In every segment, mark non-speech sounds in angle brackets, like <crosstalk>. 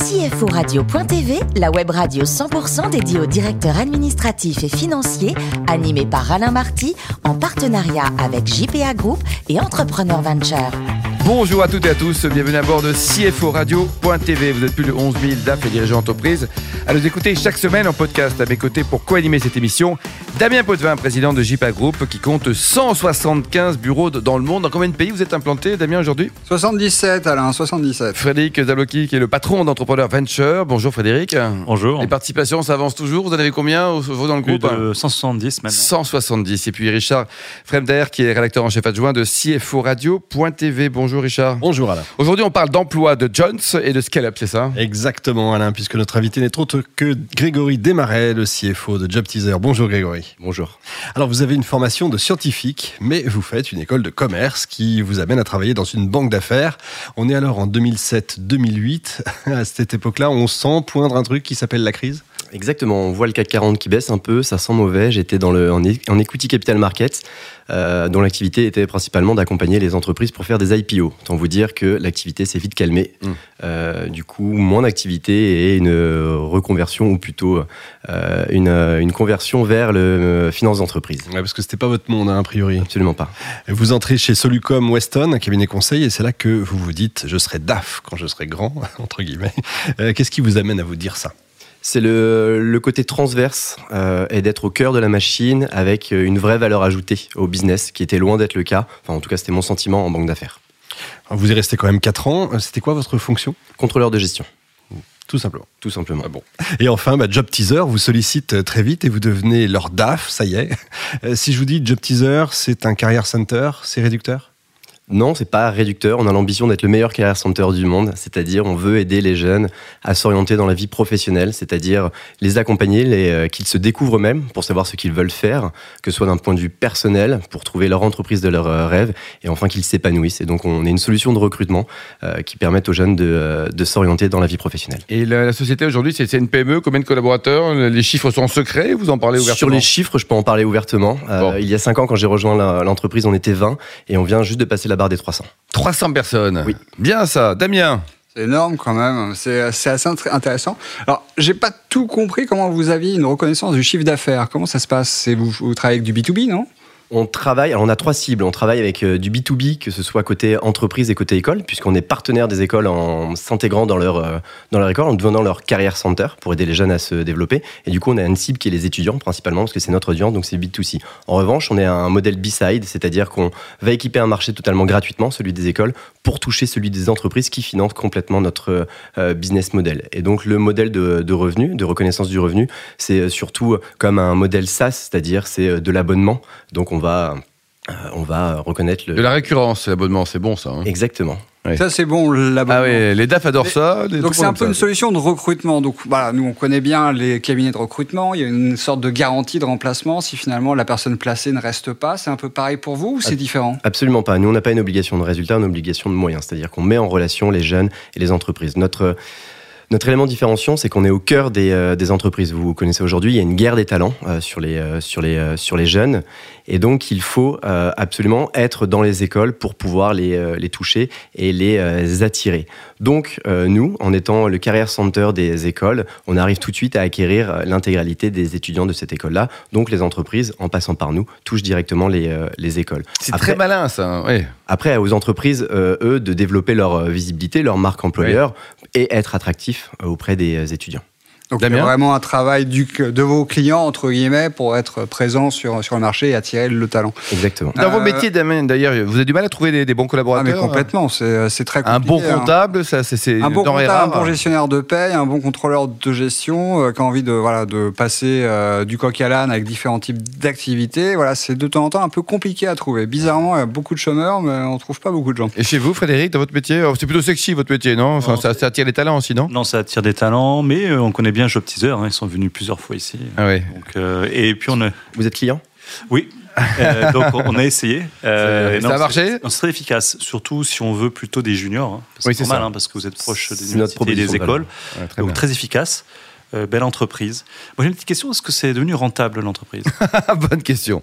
IFO Radio.tv, la web radio 100% dédiée aux directeurs administratifs et financiers, animée par Alain Marty, en partenariat avec JPA Group et Entrepreneur Venture. Bonjour à toutes et à tous, bienvenue à bord de CFO Radio.tv. Vous êtes plus de 11 000 DAF et dirigeants d'entreprise à nous écouter chaque semaine en podcast. À mes côtés pour co-animer cette émission, Damien Potvin, président de JPA Group, qui compte 175 bureaux dans le monde. Dans combien de pays vous êtes implanté, Damien, aujourd'hui 77, Alain, 77. Frédéric Zabloki, qui est le patron d'Entrepreneur Venture. Bonjour Frédéric. Bonjour. Les participations, ça avance toujours. Vous en avez combien au- vous dans le Plus groupe de 170 maintenant. 170. Et puis Richard Fremder, qui est rédacteur en chef adjoint de CFO Radio.tv. Bonjour Richard. Bonjour Alain. Aujourd'hui, on parle d'emploi de Jones et de scale-up, c'est ça Exactement Alain, puisque notre invité n'est autre que Grégory Desmarais, le CFO de Job Teaser. Bonjour Grégory. Bonjour. Alors vous avez une formation de scientifique, mais vous faites une école de commerce qui vous amène à travailler dans une banque d'affaires. On est alors en 2007-2008. <laughs> À cette époque-là, on sent poindre un truc qui s'appelle la crise. Exactement, on voit le CAC 40 qui baisse un peu, ça sent mauvais. J'étais dans le, en, e- en equity capital markets, euh, dont l'activité était principalement d'accompagner les entreprises pour faire des IPO. Tant vous dire que l'activité s'est vite calmée. Mm. Euh, du coup, moins d'activité et une euh, reconversion, ou plutôt euh, une, euh, une conversion vers le euh, finance d'entreprise. Ouais, parce que c'était pas votre monde, hein, a priori. Absolument pas. Vous entrez chez Solucom Weston, un cabinet conseil, et c'est là que vous vous dites « je serai DAF quand je serai grand », <laughs> entre guillemets. Euh, Qu'est-ce qui vous amène à vous dire ça C'est le, le côté transverse euh, et d'être au cœur de la machine avec euh, une vraie valeur ajoutée au business, qui était loin d'être le cas. Enfin, en tout cas, c'était mon sentiment en banque d'affaires. Vous y restez quand même 4 ans. Euh, C'était quoi votre fonction Contrôleur de gestion, Tout simplement. tout simplement. Ah Et enfin, bah, Job Teaser vous sollicite euh, très vite et vous devenez leur DAF, ça y est. <laughs> Euh, si je vous dis Job Teaser, c'est un carrière center, c'est réducteur Non, c'est pas réducteur. On a l'ambition d'être le meilleur carrière center du monde, c'est-à-dire on veut aider les jeunes à s'orienter dans la vie professionnelle, c'est-à-dire les accompagner, les, euh, qu'ils se découvrent eux-mêmes pour savoir ce qu'ils veulent faire, que ce soit d'un point de vue personnel pour trouver leur entreprise de leur euh, rêve, et enfin qu'ils s'épanouissent. Et donc on est une solution de recrutement euh, qui permette aux jeunes de, euh, de s'orienter dans la vie professionnelle. Et la, la société aujourd'hui, c'est c'est une PME, combien de collaborateurs Euh, Les chiffres sont secrets, vous en parlez Sur ouvertement les chiffres, je peux en parler ouvertement. Euh, Bon. Il y a 5 ans, quand j'ai rejoint la- l'entreprise, on était 20 et on vient juste de passer la barre des 300. 300 personnes. Oui. Bien ça, Damien. C'est énorme quand même, c'est c'est assez int- intéressant. Alors, j'ai pas tout compris comment vous aviez une reconnaissance du chiffre d'affaires. Comment ça se passe C'est- vous, vous travaillez avec du B2B, non On travaille, alors on a trois cibles. On travaille avec euh, du B2B, que ce soit côté entreprise et côté école, puisqu'on est partenaire des écoles en s'intégrant dans leur, euh, dans leur école, en devenant leur carrière center pour aider les jeunes à se développer. Et du coup, on a une cible qui est les étudiants, principalement, parce que c'est notre audience, donc c'est B2C. En revanche, on est un modèle B-side, c'est-à-dire qu'on va équiper un marché totalement gratuitement, celui des écoles, pour toucher celui des entreprises qui financent complètement notre euh, business model. Et donc, le modèle de, de revenu, de reconnaissance du revenu, c'est euh, surtout comme un modèle SaaS, c'est-à-dire c'est euh, de l'abonnement. Donc on va, euh, on va reconnaître le. De la récurrence, l'abonnement, c'est bon ça. hein. Exactement. Oui. Ça, c'est bon, l'abonnement. Ah oui, les DAF adorent Mais- ça. les- tout Donc c'est le un monde peu aime une ça. solution de recrutement. Donc voilà, nous on connaît bien les cabinets de recrutement. Il y a une sorte de garantie de remplacement si finalement la personne placée ne reste pas. C'est un peu pareil pour vous ou c'est différent Absolument pas. Nous, on n'a pas une obligation de résultat, une obligation de moyens. C'est-à-dire qu'on met en relation les jeunes et les entreprises. Notre, notre élément différenciant, c'est qu'on est au cœur des, euh, des entreprises. Vous connaissez aujourd'hui, il y a une guerre des talents euh, sur, les, euh, sur, les, euh, sur les jeunes. Et donc, il faut euh, absolument être dans les écoles pour pouvoir les, euh, les toucher et les euh, attirer. Donc, euh, nous, en étant le carrière center des écoles, on arrive tout de suite à acquérir euh, l'intégralité des étudiants de cette école-là. Donc, les entreprises, en passant par nous, touchent directement les, euh, les écoles. C'est Après- très malin ça. hein, oui. après, aux entreprises, euh, eux, de développer leur euh, visibilité, leur marque employeur et être attractifs euh, auprès des euh, étudiants. Donc il y a Damien vraiment un travail du- de vos clients entre guillemets pour être présent sur sur le marché et attirer le talent. Exactement. Dans vos Euh, métiers, Damien, d'ailleurs, vous avez du mal à trouver des, des bons Ah mais collaborateurs hein complètement, c'est c'est très compliqué. euh, Un bon hein. comptable, ça, c'est- c'est Un une bon denrée comptable, un rare. bon gestionnaire de paie, un bon contrôleur de gestion euh, qui a envie de, voilà, de passer euh, du coq à l'âne avec différents types d'activités. Voilà, c'est de temps en temps un peu compliqué à trouver. Bizarrement, il y a beaucoup de chômeurs, mais on trouve pas beaucoup de gens. Et chez vous, Frédéric, dans votre métier oh, C'est plutôt sexy votre métier, non, Enfin, Non, ça, ça attire les talents aussi, non Non, ça attire des talents, mais euh, on connaît bien Job Teaser. hein, ils sont venus plusieurs fois ici. Ah oui. Donc, euh, et puis on a, Vous êtes client oui, <laughs> Euh, donc on a essayé. C'est- ça a c'est- marché non, C'est très efficace, surtout si on veut plutôt des juniors. hein, parce Oui, que c'est c'est normal, ça. hein, parce que vous êtes proche des C'est notre universités, et proposition des de valeur. écoles, Ah, très donc bien. très efficace. euh, belle entreprise. Moi j'ai une petite question. Est-ce que c'est devenu rentable l'entreprise <laughs> Bonne question.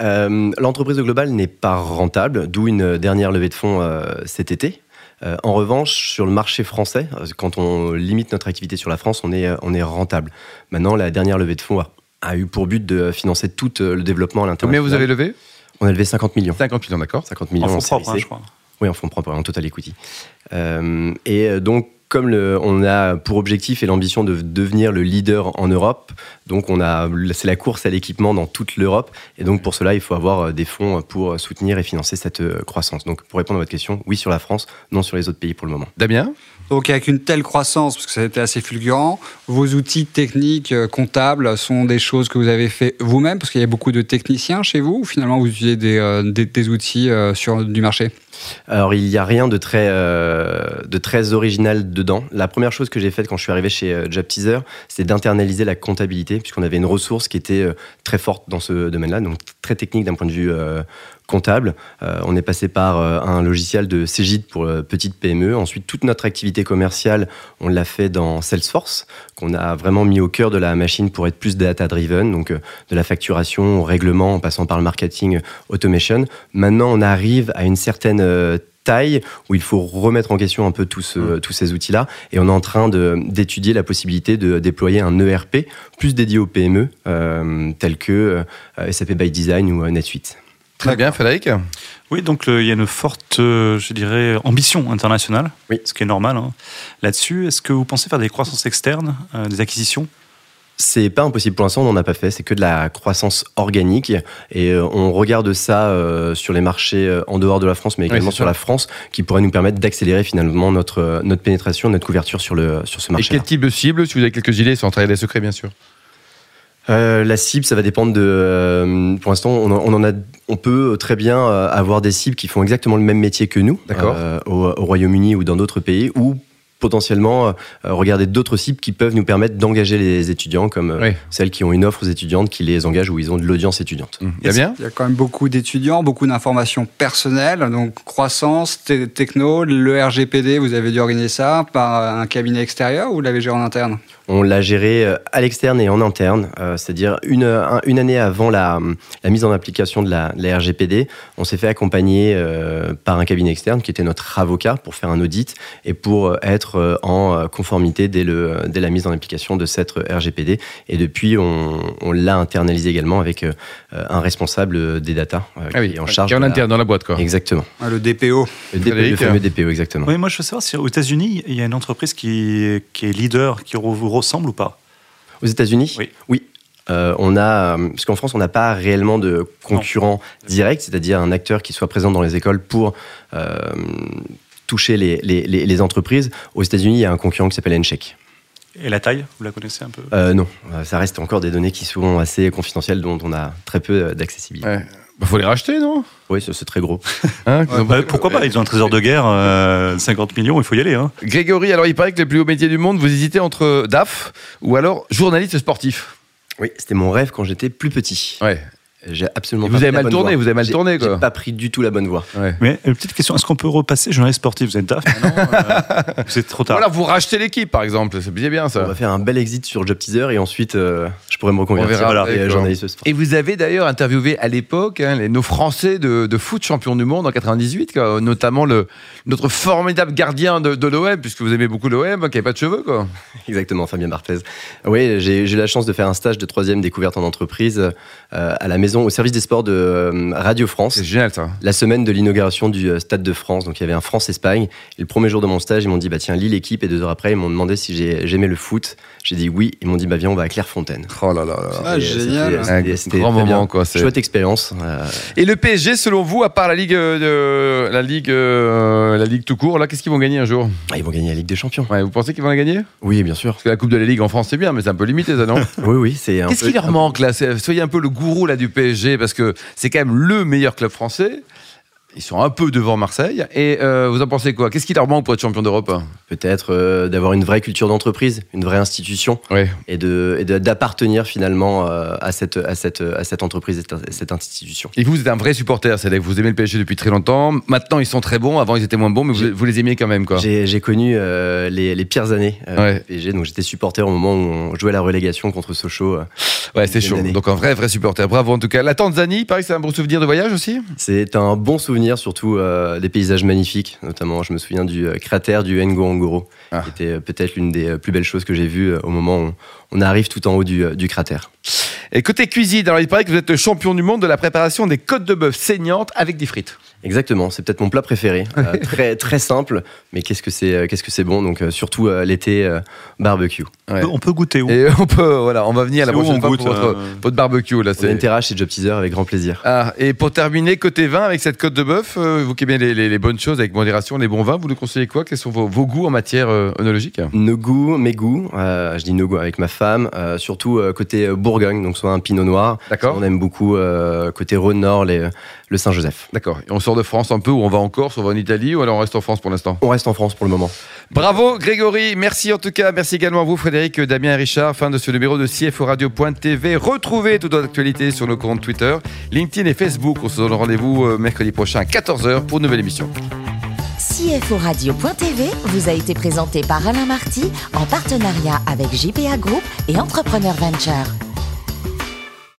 Euh, L'entreprise au global n'est pas rentable, d'où une dernière levée de fonds euh, cet été. Euh, en revanche, sur le marché français, euh, quand on limite notre activité sur la France, on est, euh, on est rentable. Maintenant, la dernière levée de fonds a, a eu pour but de financer tout euh, le développement à Combien l'international. vous avez levé On a levé 50 millions. 50 millions, d'accord 50 millions en fonds série propres, hein, C. je crois. Oui, en fonds propres, en total equity. Euh, et euh, donc, comme le- on a pour objectif et l'ambition de devenir le leader en Europe, donc on a, c'est la course à l'équipement dans toute l'Europe. Et donc, pour cela, il faut avoir euh, des fonds pour soutenir et financer cette euh, croissance. Donc, pour répondre à votre question, oui sur la France, non sur les autres pays pour le moment. Damien Donc avec une telle croissance, parce que ça a été assez fulgurant, vos outils techniques, euh, comptables, sont des choses que vous avez fait vous-même, parce qu'il y a beaucoup de techniciens chez vous, ou finalement vous utilisez des, euh, des- des outils euh, sur, du marché Alors, il n'y a rien de très, euh, de très original dedans. La première chose que j'ai faite quand je suis arrivé chez euh, Job Teaser, c'est d'internaliser la comptabilité, puisqu'on avait une ressource qui était euh, très forte dans ce domaine-là, donc très technique d'un point de vue euh, comptable. Euh, on est passé par euh, un logiciel de Cegid pour euh, petite PME. Ensuite, toute notre activité commerciale, on l'a fait dans Salesforce, qu'on a vraiment mis au cœur de la machine pour être plus data-driven, donc euh, de la facturation au règlement en passant par le marketing euh, automation. Maintenant, on arrive à une certaine euh, taille où il faut remettre en question un peu tous ce- Mm. tous ces outils-là. Et on est en train de- d'étudier la possibilité de déployer un ERP plus dédié aux PME, euh, tels que euh, SAP by Design ou euh, NetSuite. Très bien, Frédéric. Oui, donc le- il y a une forte, euh, je dirais, ambition internationale, Oui. ce qui est normal hein. là-dessus. Est-ce que vous pensez faire des croissances externes, euh, des acquisitions C'est pas impossible pour l'instant, on n'en a pas fait. C'est que de la croissance organique et euh, on regarde ça euh, sur les marchés euh, en dehors de la France, mais également c'est sur ça. la France, qui pourrait nous permettre d'accélérer finalement notre euh, notre pénétration, notre couverture sur le sur ce Et marché. quel type de cible Si vous avez quelques idées, sans trahir les secrets, bien sûr. Euh, la cible, ça va dépendre de. euh, pour l'instant, on, en- on en a. On peut très bien euh, avoir des cibles qui font exactement le même métier que nous, D'accord. euh, au, au Royaume-Uni ou dans d'autres pays, ou potentiellement euh, regarder d'autres cibles qui peuvent nous permettre d'engager les étudiants, comme euh, Oui. celles qui ont une offre aux étudiantes, qui les engagent ou ils ont de l'audience étudiante. Damien Il y a quand même beaucoup d'étudiants, beaucoup d'informations personnelles, donc croissance, té- techno, le RGPD, vous avez dû organiser ça par un cabinet extérieur ou vous l'avez géré en interne On l'a géré euh, à l'externe et en interne, euh, c'est-à-dire une, euh, un- une année avant la, hum, la mise en application de la, de la RGPD, on s'est fait accompagner euh, par un cabinet externe qui était notre avocat pour faire un audit et pour euh, être euh, en euh, conformité dès, le, dès la mise en application de cette euh, RGPD. Et depuis, on, on l'a internalisé également avec euh, euh, un responsable euh, des data euh, Ah oui, qui est en charge. Qui est en de la- interne, dans la boîte, quoi. Exactement. Ah, Le DPO. Le, DPE, le Frédéric, euh, fameux DPO, exactement. Oui, moi je veux savoir si aux États-Unis, il y a une entreprise qui, qui est leader, qui re- vous ressemble ou pas. Aux États-Unis Oui. Euh, on a, euh, parce qu'en France, on n'a pas réellement de concurrent direct, c'est-à-dire un acteur qui soit présent dans les écoles pour euh, toucher les, les- les- les entreprises. Aux États-Unis, il y a un concurrent qui s'appelle Encheck. Et la taille, vous la connaissez un peu Euh, non, euh, ça reste encore des données qui sont assez confidentielles, dont on a très peu euh, d'accessibilité. Ouais. Bah, faut les racheter, non Oui, c'est c'est très gros. Hein, qu'ils ont Bah, pas- Pourquoi pas Ils ont un trésor de guerre, euh, 50 millions, il faut y aller. hein. Grégory, alors il paraît que les plus hauts métiers du monde, vous hésitez entre DAF ou alors journaliste sportif. Oui, c'était mon rêve quand j'étais plus petit. Ouais. J'ai absolument. Et pas vous pris avez la mal bonne tourné, voie. vous avez mal J'ai- tourné, quoi. J'ai pas pris du tout la bonne voie. Mais une petite question, est-ce qu'on peut repasser journaliste sportif Vous êtes daft <laughs> C'est trop tard. Voilà, vous rachetez l'équipe, par exemple. C'est bien On ça. va faire un bel exit sur Job Teaser et ensuite, euh, je pourrais me reconvertir. verra Voilà. après, Et, euh, quoi. journaliste sportif. Et vous avez d'ailleurs interviewé à l'époque hein, les- nos Français de, de foot champions du monde en 98, quoi. notamment le, notre formidable gardien de, de l'OM, puisque vous aimez beaucoup l'OM, qui n'avait pas de cheveux. Quoi. Exactement, Fabien Barthez. Oui, j'ai j'ai eu la chance de faire un stage de troisième découverte en entreprise euh, à la maison, au service des sports de euh, Radio France, C'est génial ça. la semaine de l'inauguration du euh, Stade de France. Donc il y avait un France-Espagne. Et le premier jour de mon stage, ils m'ont dit bah, tiens, lis l'équipe. Et deux heures après, ils m'ont demandé si j'ai- j'aimais le foot. J'ai dit oui. Ils m'ont dit bah, viens, on va à Clairefontaine. Oh là là là. Ah, Et euh, génial. c'était- c'était- Un c'était grand très moment. bien. Quoi, c'est- Chouette expérience. euh, Et le PSG, selon vous, à part la Ligue, euh, de- la Ligue, euh, la ligue tout court, là, qu'est-ce qu'ils vont gagner un jour ah, ils vont gagner la Ligue des Champions. Ouais, Vous pensez qu'ils vont la gagner Oui, bien sûr. Parce que la Coupe de la Ligue en France, c'est bien, mais c'est un peu limité, ça, non Oui, oui, c'est un Qu'est-ce peu- qui leur manque, là C'est- Soyez un peu le gourou là, du PSG, parce que c'est quand même le meilleur club français. Ils sont un peu devant Marseille. Et euh, vous en pensez quoi Qu'est-ce qui leur manque pour être champion d'Europe Peut-être euh, d'avoir une vraie culture d'entreprise, une vraie institution. Ouais. et de et de- d'appartenir finalement euh, à cette à cette à cette entreprise et à cette institution. Et vous, vous êtes un vrai supporter, c'est-à-dire que vous aimez le PSG depuis très longtemps. Maintenant, ils sont très bons. Avant, ils étaient moins bons, mais vous, J'ai- vous les aimiez quand même, quoi. J'ai j'ai connu euh, les, les pires années euh, Ouais. du PSG, donc j'étais supporter au moment où on jouait la relégation contre Sochaux. euh. Ouais, c'est Une chaud. année. Donc, un vrai, vrai supporter. Bravo, en tout cas. La Tanzanie, pareil, c'est un bon souvenir de voyage aussi C'est un bon souvenirs, surtout euh, des paysages magnifiques, notamment je me souviens du euh, cratère du Ngorongoro, Ah. qui était euh, peut-être l'une des euh, plus belles choses que j'ai vues euh, au moment où on arrive tout en haut du, euh, du cratère. Et côté cuisine, alors il paraît que vous êtes le champion du monde de la préparation des côtes de bœuf saignantes avec des frites. Exactement, c'est peut-être mon plat préféré, <laughs> euh, très, très simple, mais qu'est-ce que c'est qu'est-ce que c'est bon, donc euh, surtout euh, l'été euh, barbecue. Ouais. On peut goûter où Et on peut, voilà, on va venir la C'est où prochaine on fois goûte, pour votre, euh, votre barbecue là. On a c'est- une terrasse chez Job Teaser avec grand plaisir. Ah, et pour terminer, côté vin, avec cette côte de bœuf, euh, vous qui aimez les, les- les bonnes choses avec modération, les bons vins, vous nous conseillez quoi Quels sont vos, vos goûts en matière euh, onologique Nos goûts, mes goûts, euh, je dis nos goûts avec ma femme, euh, surtout euh, côté euh, Bourgogne, donc soit un pinot noir, D'accord on aime beaucoup euh, côté Rhône-Nord, les- le Saint-Joseph. D'accord. Et On sort de France un peu, ou on va en Corse, on va en Italie, ou alors on reste en France pour l'instant On reste en France pour le moment. Bravo Grégory, merci en tout cas, merci également à vous Frédéric, Damien et Richard, fin de ce numéro de CFO Radio.tv. Retrouvez toute notre actualité sur nos comptes Twitter, LinkedIn et Facebook. On se donne rendez-vous euh, mercredi prochain à 14h pour une nouvelle émission. CFO Radio.tv vous a été présenté par Alain Marty en partenariat avec JPA Group et Entrepreneur Venture.